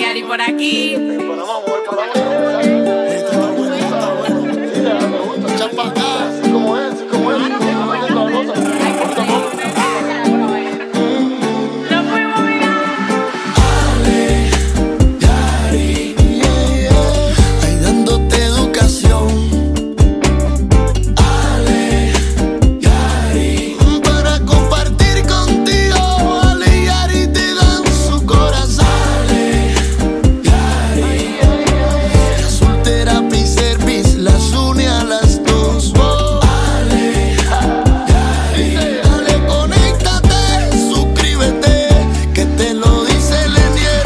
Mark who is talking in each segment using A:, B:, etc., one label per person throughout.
A: Dari por aquí. Nos fuimos virales.
B: Ay, dándote educación. Ale, Yari. Para compartir contigo. Ale y Yari te dan su corazón. Ale, Yari. Azul Therapy Service las une a las dos. Oh, Ale, Yari. Ale, conéctate, suscríbete. Que te lo dice Lenier.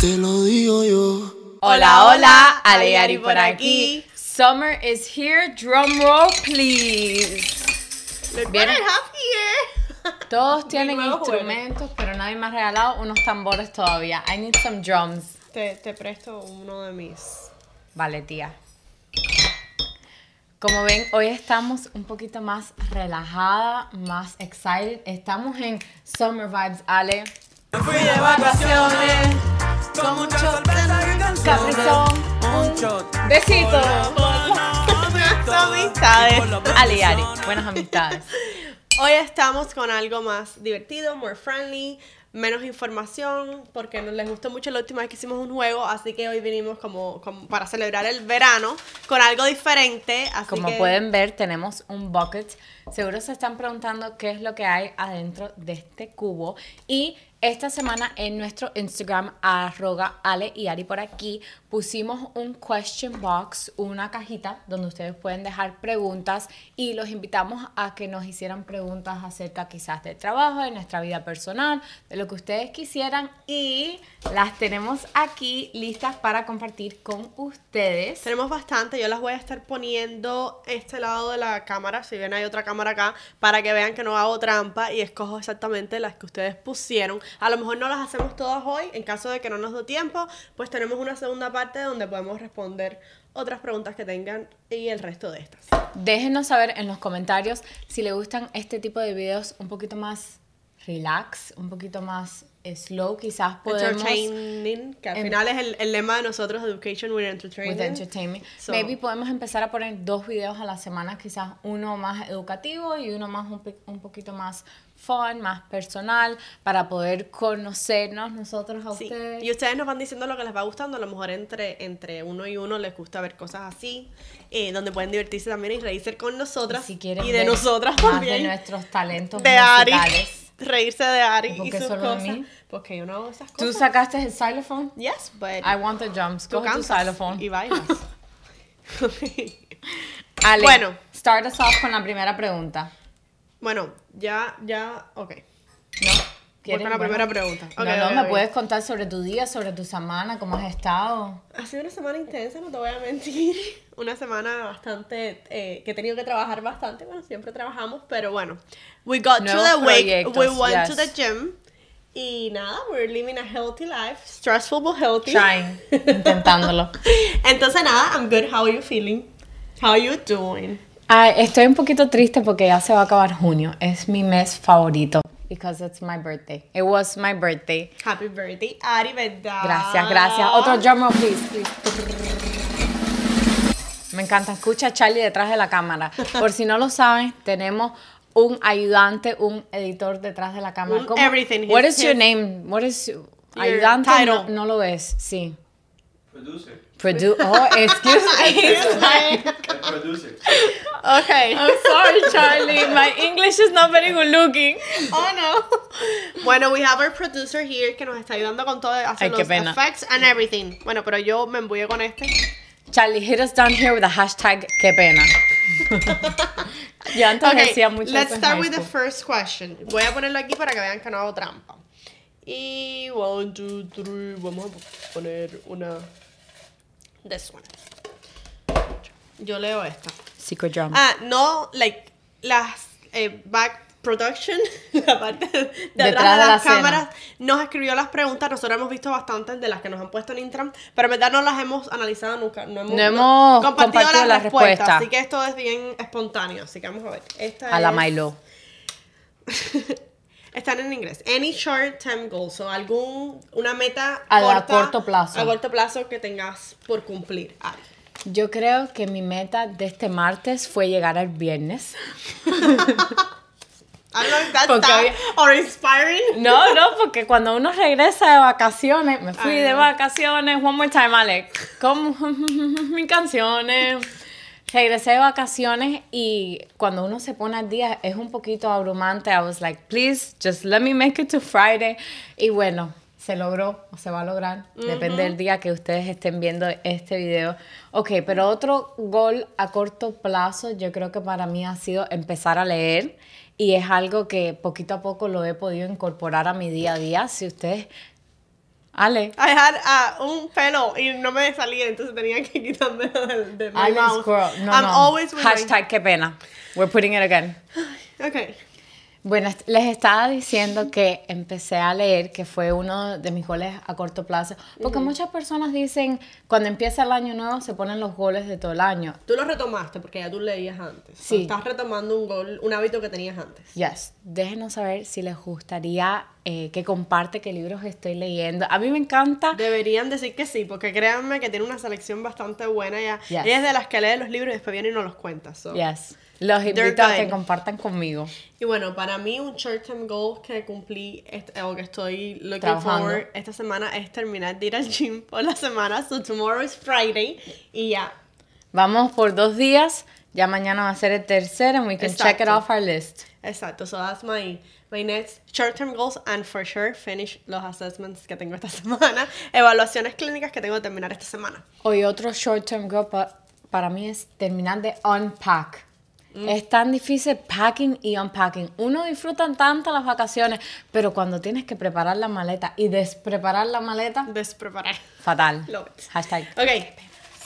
B: Te lo digo yo.
A: Hola, hola, Ale y Ari por aquí.
C: Summer is here. Drum roll, please. Vieron, Todos tienen
A: nuevo juguete.
C: instrumentos, pero nadie me ha regalado unos tambores todavía. I need some drums.
D: Te, te presto uno de mis.
C: Vale, tía. Como ven, hoy estamos un poquito más relajada, más excited. Estamos en Summer Vibes, Ale.
A: Yo fui de vacaciones con mucho sorpresa y canciones.
C: Caprizón.
A: Un shot.
C: Besitos.
D: amistades.
C: Ale y Ari, buenas amistades.
D: Hoy estamos con algo más divertido, more friendly, menos información, porque nos les gustó mucho la última vez que hicimos un juego, así que hoy vinimos como, como para celebrar el verano con algo diferente. Así
C: Como
D: que-
C: pueden ver, tenemos un bucket. Seguro se están preguntando qué es lo que hay adentro de este cubo. Y esta semana en nuestro Instagram, arroga Ale y Ari por aquí, pusimos un question box, una cajita donde ustedes pueden dejar preguntas y los invitamos a que nos hicieran preguntas acerca quizás del trabajo, de nuestra vida personal, de lo que ustedes quisieran. Y las tenemos aquí listas para compartir con ustedes.
D: Tenemos bastante, yo las voy a estar poniendo este lado de la cámara, si bien hay otra cámara acá, para que vean que no hago trampa y escojo exactamente las que ustedes pusieron. A lo mejor no las hacemos todas hoy, en caso de que no nos dé tiempo, pues tenemos una segunda parte donde podemos responder otras preguntas que tengan y el resto de estas.
C: Déjenos saber en los comentarios si le gustan este tipo de videos un poquito más relax, un poquito más eh, slow, quizás podemos
D: Entertaining, que al
C: em-
D: final es el, el lema de nosotros, Education with Entertainment.
C: with entertainment.
D: So-
C: Maybe podemos empezar a poner dos videos a la semana, quizás uno más educativo y uno más un, pe- un poquito más fun, más personal, para poder conocernos nosotros a
D: Sí,
C: ustedes.
D: Y ustedes nos van diciendo lo que les va gustando. A lo mejor entre, entre uno y uno les gusta ver cosas así, eh, donde pueden divertirse también y reírse con nosotras.
C: si quieren
D: y de
C: ver
D: nosotras
C: más
D: también.
C: de nuestros talentos
D: de Ari.
C: musicales.
D: Reírse de Ari
C: ¿Y por
D: y
C: qué
D: sus
C: solo de
D: cosas.
C: mí?
D: Porque yo no hago esas
C: ¿Tú
D: cosas.
C: sacaste el xylophone?
D: Yes, but
C: I want the drums.
D: tú
C: Coge tu
D: cantas
C: xylophone.
D: y bailas.
C: Ale,
D: Bueno.
C: start us off con la primera pregunta.
D: bueno, ya, ya, ok.
C: ¿No?
D: Voy
C: ¿Quieres?
D: con la
C: Bueno.
D: primera pregunta. Ok,
C: No, no,
D: ok,
C: me
D: ok.
C: puedes contar sobre tu día, sobre tu semana, cómo has estado.
D: Ha sido una semana intensa, no te voy a mentir. Una semana bastante. eh, que he tenido que trabajar bastante. Bueno, siempre trabajamos, pero bueno. We got
C: Nuevos
D: to the wake, we
C: proyectos,
D: went
C: yes.
D: to the gym. Y nada, we're living a healthy life. Stressful but healthy.
C: Trying, intentándolo.
D: Entonces nada, I'm good. How are you feeling? How are you doing?
C: Ay, estoy un poquito triste porque ya se va a acabar junio. Es mi mes favorito. Because it's my birthday. It was my birthday.
D: Happy birthday, Ari, ¿verdad?
C: Gracias, gracias. Otro
D: Ah.
C: drum roll, please, please. Me encanta. Escucha a Charlie detrás de la cámara. Por si no lo saben, tenemos un ayudante, un editor detrás de la cámara.
D: Un everything.
C: What
D: His-
C: is your
D: his-
C: name? What is you- ayudante?
D: title.
C: No, no lo es. Sí. Producer. oh, excuse me.
E: producer.
D: Ok.
C: I'm sorry, Charlie. My English is not very good looking.
D: Oh no. Bueno, we have our producer here que nos está ayudando con todo, hace
C: Ay, qué
D: los
C: pena.
D: effects and everything. Bueno, pero yo me embullé con este.
C: Charlie, hit us down here with a hashtag. Qué pena. Yo antes
D: Ok,
C: decía mucho
D: let's
C: eso en
D: start
C: high
D: with the
C: school.
D: first question. Voy a ponerlo aquí para que vean que no hago trampa. Y one, two, three, vamos a poner una de one. Yo leo esta.
C: Secret drama.
D: Ah, no, like las eh, back production, la parte de,
C: Detrás
D: atrás de,
C: de la
D: las
C: escena.
D: cámaras, nos escribió las preguntas. Nosotros hemos visto bastantes de las que nos han puesto en Instagram, pero en verdad no las hemos analizado nunca. No hemos,
C: No hemos compartido la respuesta.
D: Así que esto es bien espontáneo. Así que vamos a ver. Esta
C: a la
D: es-
C: Milo.
D: están en inglés. Any short term goals o algún, una meta
C: A la corto plazo.
D: A corto plazo que tengas por cumplir. Ah, Ari.
C: Yo creo que mi meta de este martes fue llegar al viernes.
D: I don't know if that's
C: Porque
D: sad
C: había-
D: or inspiring.
C: No, no, porque cuando uno regresa de vacaciones, me fui
D: Ay,
C: de
D: no.
C: vacaciones, one more time, Alex, con mis canciones. Regresé de vacaciones y cuando uno se pone al día es un poquito abrumante. I was like, please, just let me make it to Friday. Y bueno, se logró o se va a lograr. Depende del día que ustedes estén viendo este video. Ok, pero otro gol a corto plazo yo creo que para mí ha sido empezar a leer. Y es algo que poquito a poco lo he podido incorporar a mi día a día. Si ustedes... Ale,
D: I had ah, un pelo y no me salía, entonces tenía que quitarme de, de mi
C: Ale
D: mouth.
C: Squirrel. No,
D: I'm
C: no.
D: always with my-
C: Hashtag qué pena. We're putting it again.
D: Okay.
C: Bueno, est- les estaba diciendo que empecé a leer, que fue uno de mis goles a corto plazo, porque muchas personas dicen, cuando empieza el año nuevo se ponen los goles de todo el año.
D: Tú lo retomaste porque ya tú leías antes.
C: Sí.
D: Estás retomando un gol, un hábito que tenías antes.
C: Yes, déjenos saber si les gustaría eh, que comparte qué libros estoy leyendo. A mí me encanta.
D: Deberían decir que sí, porque créanme que tiene una selección bastante buena ya.
C: Yes.
D: Ella es de las que lee los libros y después viene y nos los cuenta. so.
C: Yes, los
D: They're
C: invito a que
D: good.
C: compartan conmigo.
D: Y bueno, para mí un short term goal que cumplí este- o que estoy looking
C: Trabajando.
D: forward esta semana es terminar de ir al gym por la semana. So tomorrow is Friday y ya.
C: Vamos por dos días, ya mañana va a ser el tercero, and we can check it
D: Exacto.
C: off our list.
D: Exacto, so that's my, my next short term goals and for sure finish los assessments que tengo esta semana, evaluaciones clínicas que tengo que terminar esta semana.
C: Hoy otro short term goal pa- para mí es terminar de unpack.
D: Mm.
C: Es tan difícil packing y unpacking. Uno disfruta tanto las vacaciones, pero cuando tienes que preparar la maleta y despreparar la maleta,
D: Despreparar.
C: fatal.
D: Love it.
C: Hashtag.
D: Okay,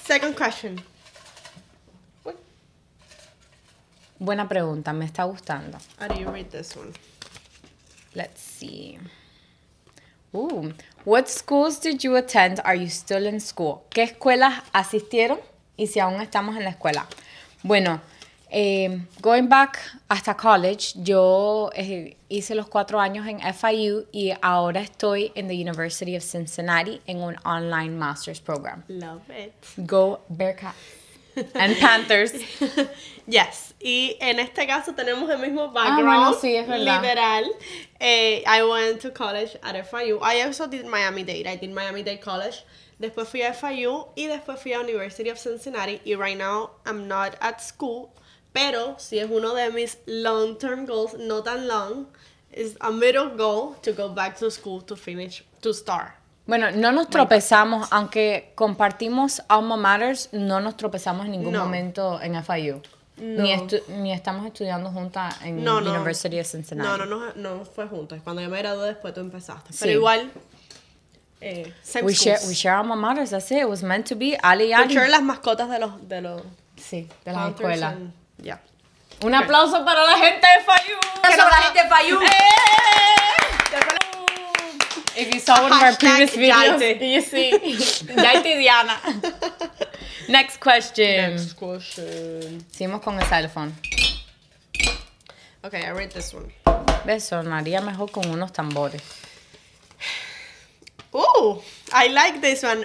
D: second question.
C: Buena pregunta, me está gustando.
D: How do you read this one?
C: Let's see. Ooh. What schools did you attend? Are you still in school? ¿Qué escuelas asistieron y si aún estamos en la escuela? Bueno, eh, going back hasta college, yo eh, hice los cuatro años en FIU y ahora estoy en the University of Cincinnati en un online master's program.
D: Love it.
C: Go Bearcats and Panthers.
D: Yes, y en este caso tenemos el mismo
C: Ah,
D: background,
C: bueno, sí, es verdad.
D: literal. Eh, I went to college at FIU. I also did Miami Dade. I did Miami Dade College. Después fui a FIU y después fui a University of Cincinnati. Y right now I'm not at school, pero sí es uno de mis long-term goals, no tan long. It's a middle goal to go back to school to finish, to start.
C: Bueno, no nos tropezamos, aunque compartimos alma matters, no nos tropezamos en ningún
D: No.
C: momento en FIU. Ni, estu- ni estamos estudiando juntas en
D: No, no.
C: University of Cincinnati.
D: No, no, no, no fue juntos. Cuando yo me gradué después tú empezaste.
C: Sí.
D: Pero igual, eh, same
C: We share,
D: schools.
C: we share alma matters, that's it. It was meant to be. Ali y
D: Con
C: Ali.
D: Cher, las mascotas de los de los
C: Sí, de las
D: Panthers
C: escuelas.
D: and- Ya.
C: Un aplauso para la gente de FIU.
D: aplauso para la gente de FIU.
C: ¡Eh! If you saw one of our
D: Hashtag
C: previous videos,
D: Yaite.
C: you see. Yaite y Diana. Next question.
D: Next question.
C: Seguimos con el xylophone.
D: Okay, I read this one.
C: ¿Ves? Sonaría mejor con unos tambores.
D: Ooh, I like this one.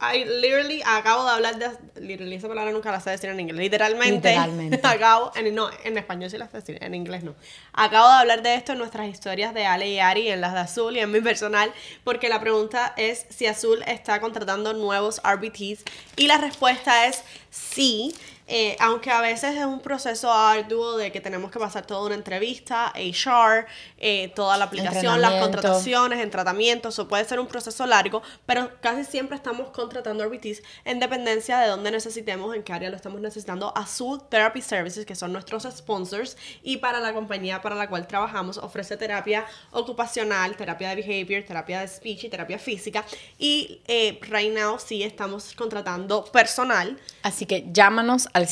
D: I literally acabo de hablar de literally esa palabra nunca la sé decir en inglés. Literalmente.
C: Literalmente.
D: Acabo en, no, en español sí la sé decir, en inglés no. Acabo de hablar de esto en nuestras historias de Ale y Ari, en las de Azul y en mi personal, porque la pregunta es si Azul está contratando nuevos RBTs y la respuesta es sí. eh, aunque a veces es un proceso arduo de que tenemos que pasar toda una entrevista, HR, eh, toda la aplicación, las
C: Entrenamiento.
D: contrataciones opciones, en tratamientos, o puede ser un proceso largo, pero casi siempre estamos contratando RBTs en dependencia de dónde necesitemos, en qué área lo estamos necesitando. Azul Therapy Services, que son nuestros sponsors, y para la compañía para la cual trabajamos, ofrece terapia ocupacional, terapia de behavior, terapia de speech y terapia física. Y eh, right now sí estamos contratando personal.
C: Así que llámanos al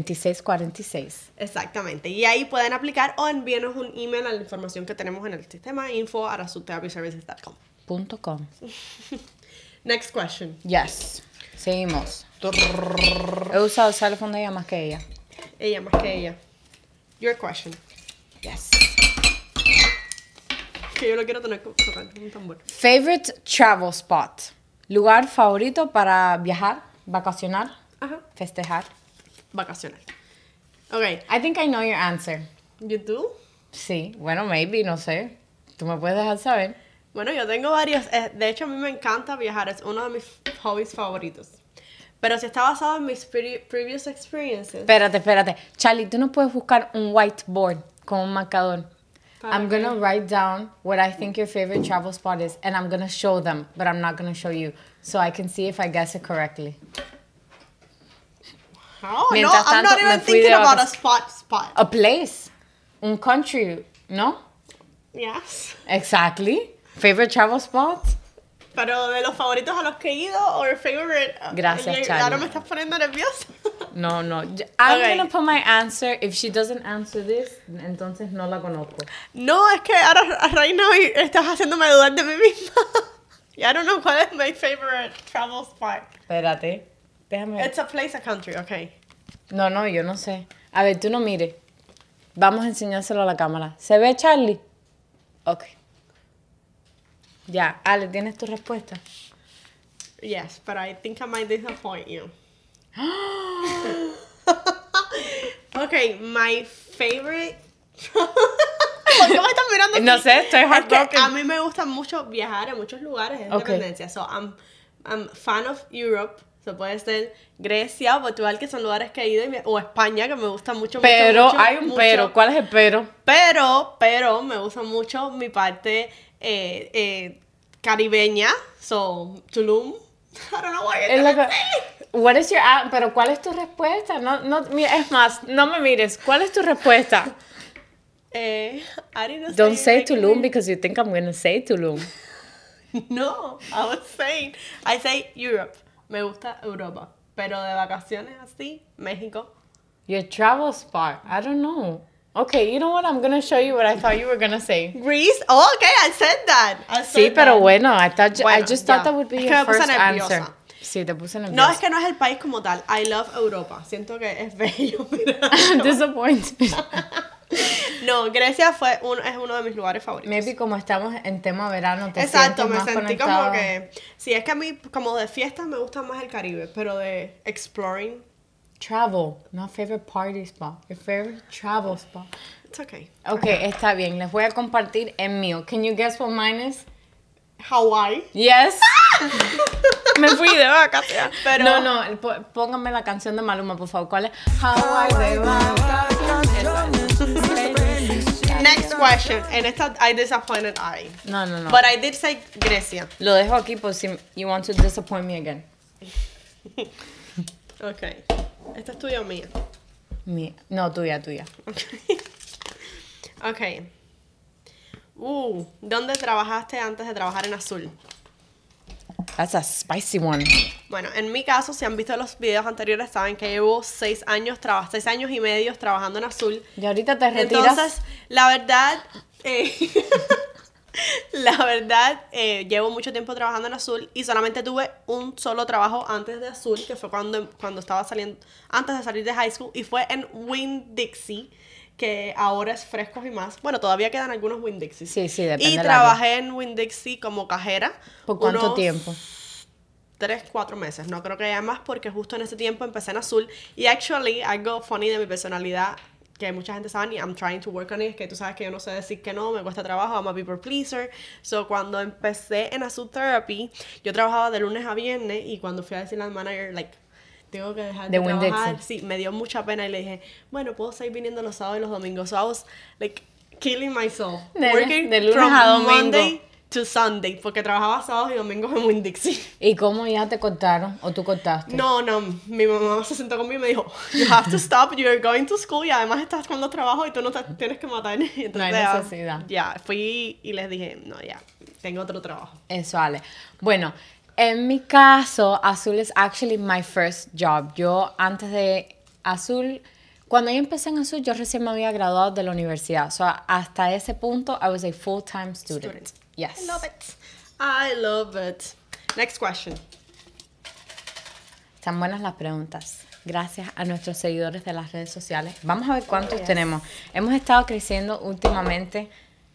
C: 786-409-2646.
D: Exactamente. Y ahí pueden aplicar o envíenos un email a la información que tenemos en el sistema info at azultherapyservices.com.
C: Punto com.
D: Next question.
C: Yes. Seguimos. He usado el teléfono de ella más que ella.
D: Ella más que ella. Your question.
C: Yes.
D: que yo lo quiero tener como tocando un tambor.
C: Favorite travel spot. Lugar favorito para viajar, vacacionar,
D: Ajá.
C: festejar.
D: Vacacional. Ok.
C: I think I know your answer.
D: ¿YouTube?
C: Sí, bueno, maybe, no sé. Tú me puedes dejar saber.
D: Bueno, yo tengo varios. eh, De hecho, a mí me encanta viajar. Es uno de mis hobbies favoritos. Pero si está basado en mis pre- previous experiences.
C: Espérate, espérate. Charlie, tú no puedes buscar un whiteboard con un marcador.
D: ¿Para
C: I'm gonna write down what I think your favorite travel spot is, and I'm gonna show them, but I'm not gonna show you, so I can see if I guess it correctly.
D: Ah, No, no,
C: Mientras
D: I'm
C: tanto,
D: not even
C: me fui de
D: thinking about a
C: vacac-
D: spot spot.
C: A place, un country, ¿no?
D: Yes.
C: Exactly. Favorite travel spot?
D: Pero de los favoritos a los que he ido, o your favorite.
C: Gracias,
D: Eh,
C: Charlie.
D: Ahora me estás poniendo nerviosa.
C: No, no. J- I'm
D: Okay.
C: gonna put my answer. If she doesn't answer this, entonces no la conozco.
D: No, es que ahora a right now y- estás haciéndome dudar de mí misma. Y I don't know cuál es my favorite travel spot.
C: Espérate. Déjame.
D: It's a place, a country, okay.
C: No, no, yo no sé. A ver, tú no mires. Vamos a enseñárselo a la cámara. ¿Se ve Charlie? Ok. Ya, Ale, ¿tienes tu respuesta?
D: Yes, but I think I might disappoint you. okay, my favorite. ¿Por qué me estás mirando
C: No
D: así?
C: sé, estoy
D: Es que
C: heartbroken.
D: A mí me gusta mucho viajar a muchos lugares de
C: Okay.
D: independencia. So I'm, I'm fan of Europe. So puede ser Grecia o Portugal, que son lugares que he ido, y me- o España, que me gusta mucho. mucho,
C: Pero,
D: mucho,
C: hay un
D: mucho.
C: pero. ¿Cuál es el pero?
D: Pero, pero me gusta mucho mi parte eh, eh, caribeña. So, Tulum. I don't know why I
C: Es lo que-
D: did that.
C: What is your a- Pero, ¿cuál es tu respuesta? No, no, mira, es más, no me mires. ¿Cuál es tu respuesta?
D: Eh, I didn't
C: Don't say
D: it like-
C: Tulum because you think I'm gonna say Tulum.
D: No, I was saying. I say Europe. Me gusta Europa. Pero de vacaciones así, México.
C: Your travel spot. I don't know. Okay, you know what? I'm gonna show you what I thought you were gonna say.
D: Greece. Oh, okay, I said that. I
C: Sí,
D: said
C: pero
D: that.
C: bueno, I, thought ju- I
D: Bueno,
C: just
D: ya.
C: thought that would be
D: Es que
C: your
D: me puse
C: first
D: nerviosa.
C: answer. Sí, te puse nerviosa.
D: No, es que no es el país como tal. I love Europa. Siento que es bello. mira.
C: Disappointed.
D: no, Grecia fue un- es uno de mis lugares favoritos.
C: Maybe como estamos en tema verano, te
D: Exacto,
C: sientes
D: me
C: más
D: sentí
C: conectada.
D: como que. Sí, es que a mí, como de fiestas, me gusta más el Caribe, pero de exploring,
C: Travel, not favorite party spot, your favorite travel spot.
D: it's okay.
C: Ok, está bien, les voy a compartir el mío. Can you guess what mine is?
D: Hawaii.
C: Yes. Me fui de
D: vacaciones. Pero.
C: No, no, po- pónganme la canción de Maluma, por favor. ¿Cuál es? Hawaii, baby.
D: Next question. En esta, I disappointed I.
C: No, no, no.
D: But I did say Grecia.
C: Lo dejo aquí por si you want to disappoint me again.
D: Ok. Esta es tuya o mía.
C: Mi- no, tuya, tuya.
D: Ok. Uh, ¿dónde trabajaste antes de trabajar en Azul?
C: That's a spicy one.
D: Bueno, en mi caso, si han visto los videos anteriores, saben que llevo seis años, traba- seis años y medio trabajando en Azul.
C: Y ahorita te retiras.
D: Entonces, la verdad, eh, la verdad, eh, llevo mucho tiempo trabajando en Azul y solamente tuve un solo trabajo antes de Azul, que fue cuando, cuando estaba saliendo, antes de salir de high school, y fue en Win Dixie, que ahora es frescos y más. Bueno, todavía quedan algunos Win Dixies.
C: Sí, sí, depende
D: Y
C: del
D: trabajé en Win Dixie como cajera.
C: ¿Por cuánto
D: unos
C: tiempo?
D: tres, cuatro meses. No creo que haya más porque justo en ese tiempo empecé en azul. Y actually, algo funny de mi personalidad que mucha gente sabe y I'm trying to work on it, es que tú sabes que yo no sé decir que no, me cuesta trabajo, I'm a people pleaser. So, cuando empecé en Azul Therapy, yo trabajaba de lunes a viernes y cuando fui a decirle al manager, like, tengo que dejar
C: De
D: de,
C: Winn
D: trabajar.
C: Dixie.
D: Sí, me dio mucha pena y le dije, bueno, puedo seguir viniendo los sábados y los domingos. So, I was, like, killing myself.
C: De-
D: working
C: de lunes
D: from
C: a domingo.
D: Monday to Sunday, porque trabajaba sábados y domingos en Winn Dixie.
C: ¿Y cómo ya te cortaron o tú cortaste?
D: No, no, mi mamá se sentó conmigo y me dijo, you have to stop, you're going to school y además estás con los trabajos y tú no te tienes que matar. Y Entonces,
C: No hay
D: ah,
C: necesidad.
D: Ya, fui y les dije, no, ya, tengo otro trabajo.
C: Eso, Ale. Bueno, en mi caso, Azul es actually my first job. Yo antes de Azul, cuando yo empecé en Azul, yo recién me había graduado de la universidad. O sea, hasta ese punto, I was a full-time student.
D: Student.
C: Yes.
D: I love it. I love it. Next question.
C: Están buenas las preguntas. Gracias a nuestros seguidores de las redes sociales. Vamos a ver cuántos tenemos. Hemos estado creciendo últimamente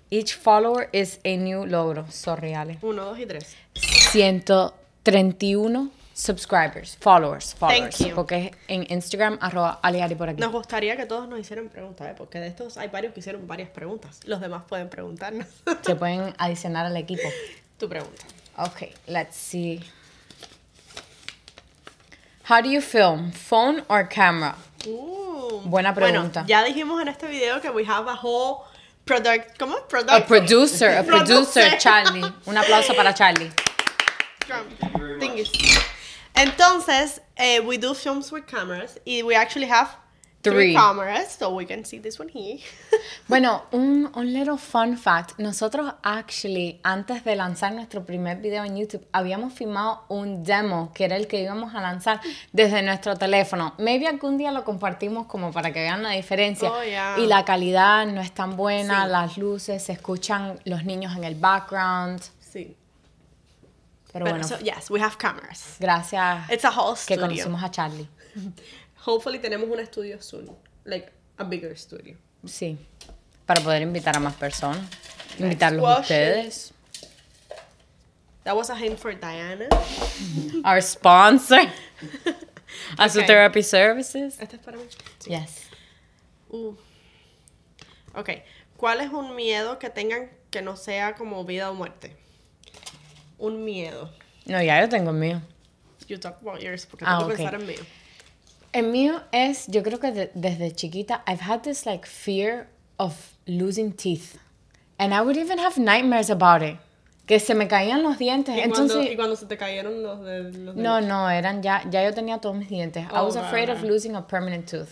C: Each follower is a new logro. Sorry, Ale.
D: Uno, dos y tres.
C: 131 subscribers, followers, followers.
D: Thank you.
C: Porque es en Instagram, arroba Ale y Ari por aquí.
D: Nos gustaría que todos nos hicieran preguntas, ¿eh? porque de estos hay varios que hicieron varias preguntas. Los demás pueden preguntarnos.
C: Se pueden adicionar al equipo.
D: tu pregunta.
C: Okay, let's see. How do you film? Phone or camera?
D: Uh,
C: Buena pregunta.
D: Bueno, ya dijimos en este video que we have a whole product. ¿Cómo? Product.
C: A producer, a producer,
D: Producer.
C: Charlie. Un aplauso para Charlie.
D: Trump. Thank you. Entonces, eh, we do films with cameras, y we actually have
C: Three.
D: three, cameras, so we can see this one here.
C: Bueno, un, un little fun fact. Nosotros, actually, antes de lanzar nuestro primer video en YouTube, habíamos filmado un demo que era el que íbamos a lanzar desde nuestro teléfono. Maybe algún día lo compartimos como para que vean la diferencia.
D: Oh, yeah.
C: Y la calidad no es tan buena,
D: Sí.
C: las luces, se escuchan los niños en el background.
D: sí.
C: Pero
D: But,
C: bueno,
D: so, yes, we have cameras.
C: gracias
D: It's a whole
C: que
D: studio.
C: conocimos a Charlie.
D: Hopefully tenemos un estudio soon, like a bigger studio.
C: Sí, para poder invitar a más personas, invitarlos a
D: question.
C: ustedes.
D: That was a hint for Diana.
C: Our sponsor, a su
D: Okay.
C: therapy services.
D: Este es para mí. Sí.
C: Yes.
D: Uh. Ok. ¿Cuál es un miedo que tengan que no sea como vida o muerte? Un miedo.
C: No, ya yo tengo el mío.
D: You talk about yours porque
C: Ah,
D: tengo que
C: ok.
D: pensar en mí.
C: El mío es, yo creo que de- desde chiquita, I've had this like fear of losing teeth. And I would even have nightmares about it. Que se me caían los dientes.
D: Y, cuando, y
C: Entonces,
D: cuando se te cayeron los de los de-
C: no, no, eran ya, ya yo tenía todos mis dientes. I
D: Oh,
C: was
D: wow,
C: afraid of
D: wow.
C: losing a permanent tooth.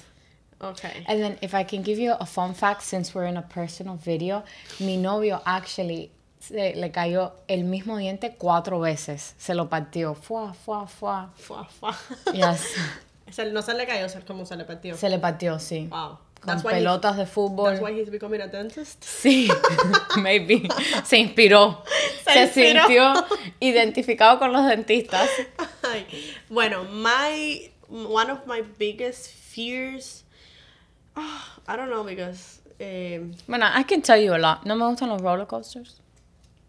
D: Okay.
C: And then, if I can give you a fun fact, since we're in a personal video, mi novio actually se le cayó el mismo diente cuatro veces. Se lo partió. Fua, fua, fua.
D: Fua, fua.
C: Yes.
D: Se- no se le cayó, se- como se le partió.
C: se le partió, sí.
D: Wow.
C: Con
D: why he-
C: pelotas de
D: That's
C: fútbol.
D: why he's becoming a dentist.
C: Sí, maybe. Se inspiró. Se,
D: Se inspiró.
C: sintió identificado con los dentistas.
D: Ay. bueno, my one of my biggest fears. Ah, I don't know because um,
C: Bueno, I can tell you a lot. No me gustan los roller coasters.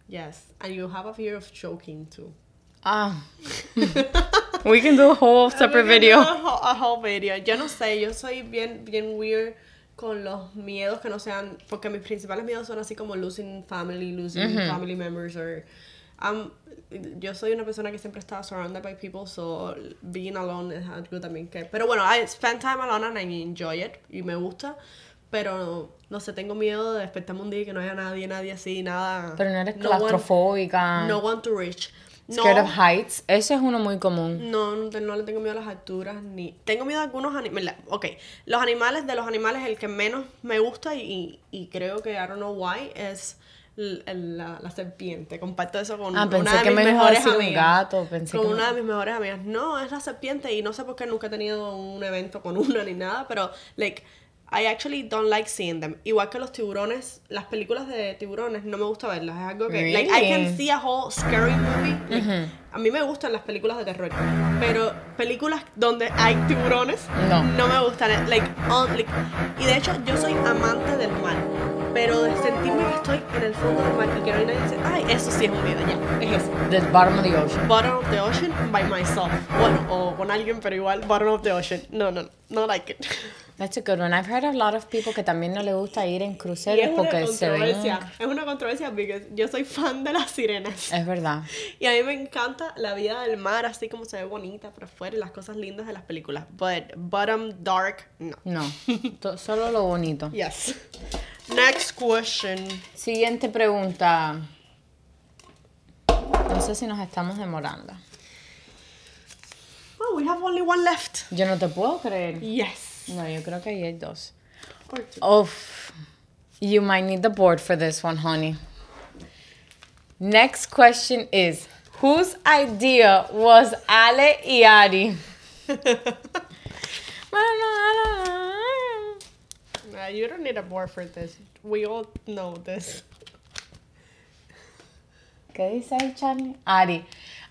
D: Yes, and you have a fear of choking too.
C: Ah. We can do a whole separate video.
D: A whole, a whole video. Yo no sé, yo soy bien, bien weird con los miedos que no sean, porque mis principales miedos son así como losing family, losing family members, or um, yo soy una persona que siempre está surrounded by people, so being alone es algo también que. Pero bueno, I spend time alone and I enjoy it y me gusta. Pero no sé, tengo miedo de despertarme un día y que no haya nadie, nadie así, nada.
C: Pero no eres
D: No one-
C: claustrofóbica.
D: No one to reach. No,
C: Scared of heights. Ese es uno muy común.
D: no, no, te- no le tengo miedo a las alturas ni. Tengo miedo a algunos animales. Ok, los animales, de los animales, el que menos me gusta y, y creo que I don't know why es l- el- la, la serpiente. Comparto eso con
C: Ah,
D: una
C: pensé
D: de
C: que
D: mis
C: me ibas a
D: mejores
C: decir un
D: amigas.
C: gato, pensé
D: con
C: que-
D: una de mis mejores amigas. No, es la serpiente y no sé por qué nunca he tenido un evento con una ni nada, pero, like. I actually don't like seeing them. Igual que los tiburones, las películas de tiburones no me gusta verlas. Es algo que, like, I
C: Really?
D: can see a whole scary movie. Like, A mí me gustan las películas de terror, pero películas donde hay tiburones
C: No.
D: me gustan. Like, un- like- y de hecho, yo soy amante del mar, pero de sentirme que estoy en el fondo del mar y que no hay nadie, dice, ay, eso sí es un miedo, ya, es eso.
C: The bottom of the ocean.
D: Bottom of the ocean by myself. Bueno, o con alguien, pero igual, bottom of the ocean. No, no, no, no like it.
C: That's a good one. I've heard a lot of people que también no le gusta ir en
D: Y es
C: cruceros
D: una
C: porque se ven...
D: controversia, es una controversia porque yo soy fan de las sirenas.
C: Es verdad.
D: Y a mí me encanta la vida del mar, así como se ve bonita por afuera y las cosas lindas de las películas. But bottom dark, no.
C: No. To- Solo lo bonito.
D: Yes. Next question.
C: Siguiente pregunta. No sé si nos estamos demorando.
D: Oh, we have only one left.
C: Yo no te puedo creer.
D: Yes.
C: No, yo creo que ahí hay dos.
D: Or two.
C: Oof. You might need the board for this one, honey. Next question is Whose idea was Ale y Ari?
D: Uh, you don't need a board for this. We all know this.
C: ¿Qué dice ahí, Charlie? Ari.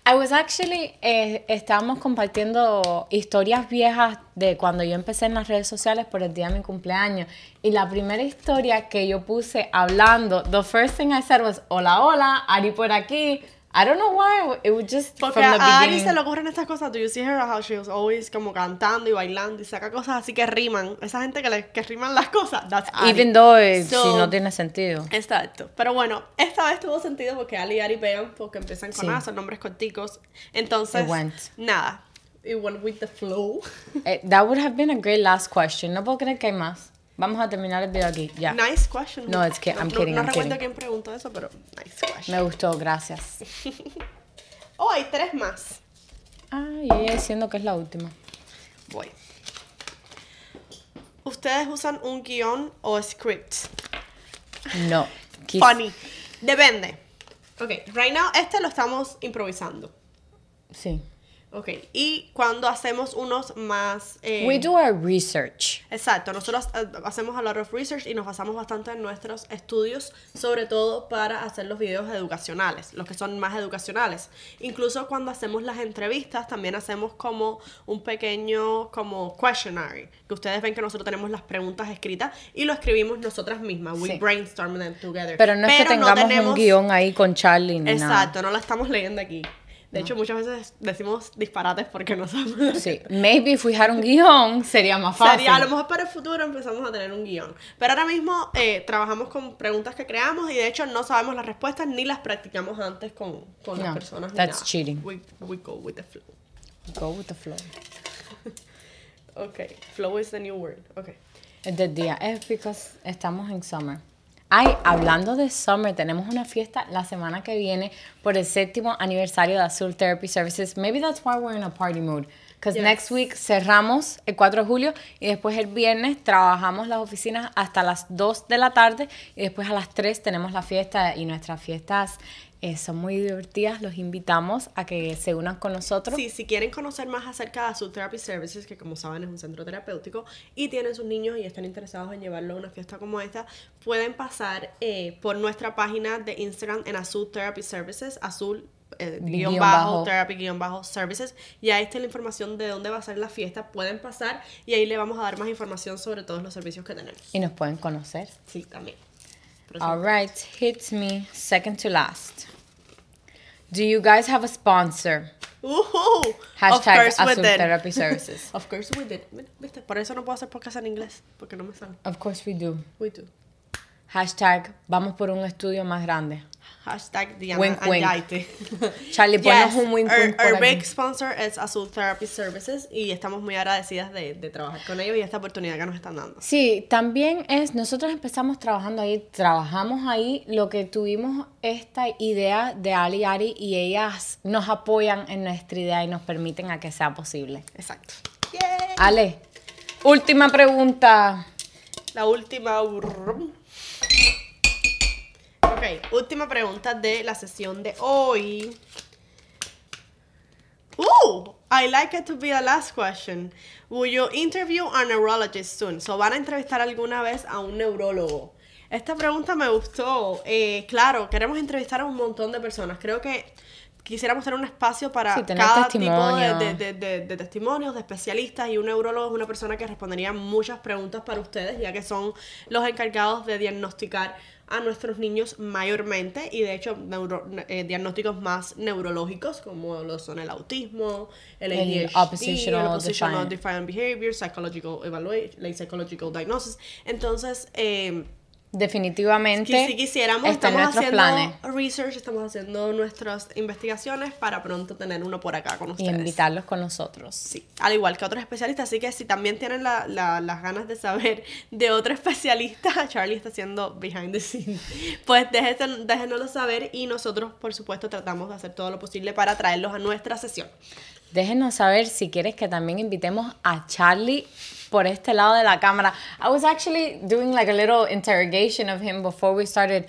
C: I was actually, eh, estábamos compartiendo historias viejas de cuando yo empecé en las redes sociales por el día de mi cumpleaños. Y la primera historia que yo puse hablando, the first thing I said was, hola, hola, Ari por aquí. I don't know why, it was just
D: Porque
C: from the
D: a Ari se
C: beginning.
D: le ocurren estas cosas. Do you see her how she was always como cantando y bailando y saca cosas así que riman? Esa gente que, le, que riman las cosas, that's Ari.
C: Even though it-
D: So-
C: si no tiene sentido.
D: Exacto. Pero bueno, esta vez tuvo sentido porque Ali y Ari pegan porque empiezan con
C: Sí.
D: A, son nombres corticos. Entonces,
C: It went.
D: nada. It went with the flow.
C: Eh, that would have been a great last question. No puedo creer que hay más. Vamos a terminar el video aquí, ya.
D: Nice question.
C: No, it's ki- I'm kidding,
D: No,
C: I'm
D: recuerdo
C: kidding.
D: quién preguntó eso, pero nice question.
C: Me gustó, gracias.
D: Oh, hay tres más.
C: Ay, ella diciendo que es la última.
D: Voy. ¿Ustedes usan un guión o script?
C: No. Quis-
D: Funny. Depende. Ok, right now este lo estamos improvisando.
C: Sí.
D: Ok, y cuando hacemos unos más... eh,
C: We do our research.
D: Exacto, nosotros eh, hacemos a lot of research y nos basamos bastante en nuestros estudios, sobre todo para hacer los videos educacionales, los que son más educacionales. Incluso cuando hacemos las entrevistas, también hacemos como un pequeño como questionnaire, que ustedes ven que nosotros tenemos las preguntas escritas y lo escribimos nosotras mismas. We
C: Sí.
D: brainstorm them together.
C: Pero no es que tengamos un
D: tenemos-
C: guión ahí con Charlie ni
D: Exacto, no la estamos leyendo aquí. De hecho, muchas veces decimos disparates porque no sabemos.
C: nada. Sí, maybe if we had un guión sería más fácil.
D: Sería, a lo mejor para el futuro empezamos a tener un guión. Pero ahora mismo eh, trabajamos con preguntas que creamos y de hecho no sabemos las respuestas ni las practicamos antes con, con las
C: No,
D: personas. ni
C: that's
D: nada.
C: cheating.
D: We, we go with the flow.
C: Go with the flow.
D: Ok, flow is the new word. Ok.
C: Es del día, es because estamos en summer. Ay, hablando de summer, tenemos una fiesta la semana que viene por el séptimo aniversario de Azul Therapy Services. Maybe that's why we're in a party mood. Because
D: Yes.
C: next week cerramos el 4 de julio y después el viernes trabajamos las oficinas hasta las 2 de la tarde y después a las 3 tenemos la fiesta y nuestras fiestas eh, son muy divertidas. Los invitamos a que se unan con nosotros.
D: Sí, si quieren conocer más acerca de Azul Therapy Services, que como saben es un centro terapéutico, y tienen sus niños y están interesados en llevarlo a una fiesta como esta, pueden pasar eh, por nuestra página de Instagram en Azul Therapy Services, azul eh,
C: Guión
D: guión bajo,
C: bajo.
D: therapy guión bajo services, y ahí está la información de dónde va a ser la fiesta, pueden pasar y ahí le vamos a dar más información sobre todos los servicios que tenemos.
C: Y nos pueden conocer.
D: Sí, también. Por eso-
C: All right, hits me second to last. Do you guys have a sponsor?
D: Ujú. Of
C: Hashtag
D: course we
C: Azul
D: did.
C: Therapy Services.
D: of course we did. ¿Viste? Por eso no puedo hacer podcast en inglés, porque no me sale.
C: Of course we do.
D: We do.
C: Hashtag vamos por un estudio más grande.
D: Hashtag Diana
C: Wink,
D: and
C: wink.
D: Yaite.
C: Charlie, ponnos un wink,
D: our,
C: wink por
D: our
C: aquí.
D: big sponsor es Azul Therapy Services y estamos muy agradecidas de, de trabajar con ellos y esta oportunidad que nos están dando.
C: Sí, también es, nosotros empezamos trabajando ahí, trabajamos ahí, lo que tuvimos esta idea de Ali y Ari y ellas nos apoyan en nuestra idea y nos permiten a que sea posible.
D: Exacto.
C: Ale, última pregunta.
D: La última. Ok, última pregunta de la sesión de hoy. Ooh, I like it to be the last question. Will you interview a neurologist soon? So, ¿van a entrevistar alguna vez a un neurólogo? Esta pregunta me gustó. Eh, claro, queremos entrevistar a un montón de personas. Creo que quisiéramos tener un espacio para
C: Sí, tener
D: cada
C: testimonio.
D: tipo de, de- de- de- de testimonios, de especialistas. Y un neurólogo es una persona que respondería muchas preguntas para ustedes, ya que son los encargados de diagnosticar a nuestros niños mayormente y de hecho neuro- eh, diagnósticos más neurológicos como lo son el autismo, el
C: El
D: ADHD, el
C: oppositional
D: oppositional
C: defiant.
D: defiant behavior, psychological evaluation, like psychological diagnosis. Entonces, eh,
C: Definitivamente.
D: que si quisiéramos,
C: está en
D: estamos
C: nuestros
D: haciendo
C: planes.
D: research, estamos haciendo nuestras investigaciones para pronto tener uno por acá con
C: Y
D: ustedes.
C: invitarlos con nosotros.
D: Sí, al igual que otros especialistas, así que si también tienen la- la- las ganas de saber de otro especialista, Charlie está haciendo behind the scenes, pues déjenos, déjenoslo saber y nosotros, por supuesto, tratamos de hacer todo lo posible para traerlos a nuestra sesión.
C: Déjenos saber si quieres que también invitemos a Charlie por este lado de la cámara. I was actually doing like a little interrogation of him before we started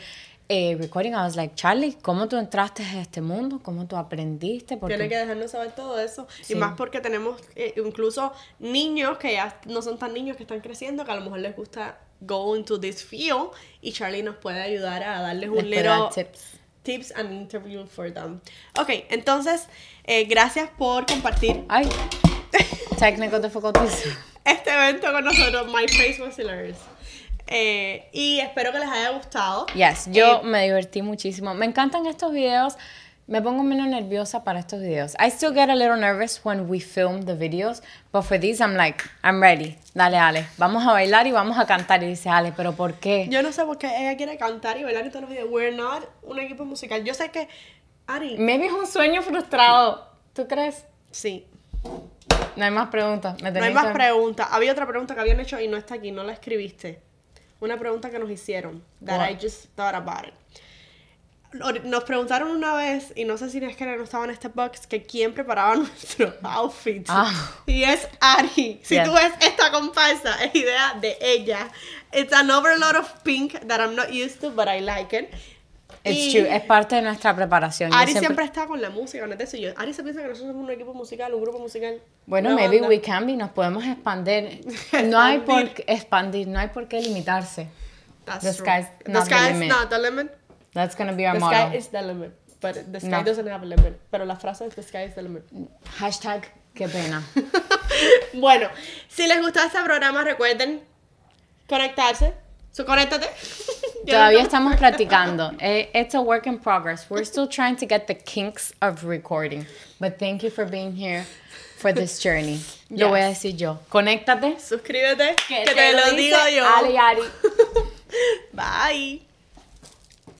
C: eh, recording. I was like, Charlie, ¿cómo tú entraste a este mundo? ¿Cómo tú aprendiste? Porque
D: Tienen que dejarnos saber todo eso.
C: Sí.
D: Y más porque tenemos eh, incluso niños que ya no son tan niños, que están creciendo, que a lo mejor les gusta go into this field. Y Charlie nos puede ayudar a darles un
C: Les puede dar
D: little
C: tips.
D: tips and interview for them. Ok, entonces, eh, gracias por compartir
C: Ay. Technical difficulties.
D: este evento con nosotros. My face was hilarious. Eh, y espero que les haya gustado.
C: Yes, yo
D: Eh,
C: me divertí muchísimo. Me encantan estos videos. Me pongo menos nerviosa para estos videos. I still get a little nervous when we film the videos, but for these I'm like, I'm ready. Dale, Ale, vamos a bailar y vamos a cantar. Y dice, Ale, ¿pero por qué?
D: Yo no sé por qué ella quiere cantar y bailar en todos los videos. We're not un equipo musical. Yo sé que. Ari.
C: Maybe es un sueño frustrado. ¿Tú crees?
D: Sí.
C: No hay más preguntas. Me
D: No hay
C: tenéis
D: más
C: que-
D: preguntas. Había otra pregunta que habían hecho y no está aquí, no la escribiste. Una pregunta que nos hicieron. That I
C: What?
D: just thought about it. Or- Nos preguntaron una vez, y no sé si es que no estaba en este box, que quién preparaba nuestro outfit.
C: Ah.
D: Y es Ari. Si
C: Yes.
D: tú ves esta comparsa, es idea de ella. It's an overload of pink that I'm not used to, but I like it.
C: It's
D: Y-
C: true, es parte de nuestra preparación. Yo
D: Ari siempre... está con la música, con eso. Yo, Ari se piensa que nosotros somos un equipo musical, un grupo musical.
C: Bueno,
D: una
C: maybe
D: banda.
C: we can be, nos podemos expandir. No hay por
D: Expandir.
C: qué expandir, no hay por qué limitarse.
D: That's
C: The
D: true.
C: sky's not the
D: sky is
C: limit.
D: not the limit.
C: That's gonna be our
D: The
C: motto.
D: sky is the limit. But the sky
C: No.
D: doesn't have a limit. Pero la frase es the sky is the limit.
C: Hashtag, qué pena.
D: bueno, si les gustó este programa, recuerden conectarse. So, conéctate.
C: Todavía estamos practicando. Eh, It's a work in progress. We're still trying to get the kinks of recording. But thank you for being here for this journey. Lo voy a decir yo. Conéctate.
D: Suscríbete, que, te, lo
C: dice
D: digo yo.
C: Ale y Ari.
D: Bye.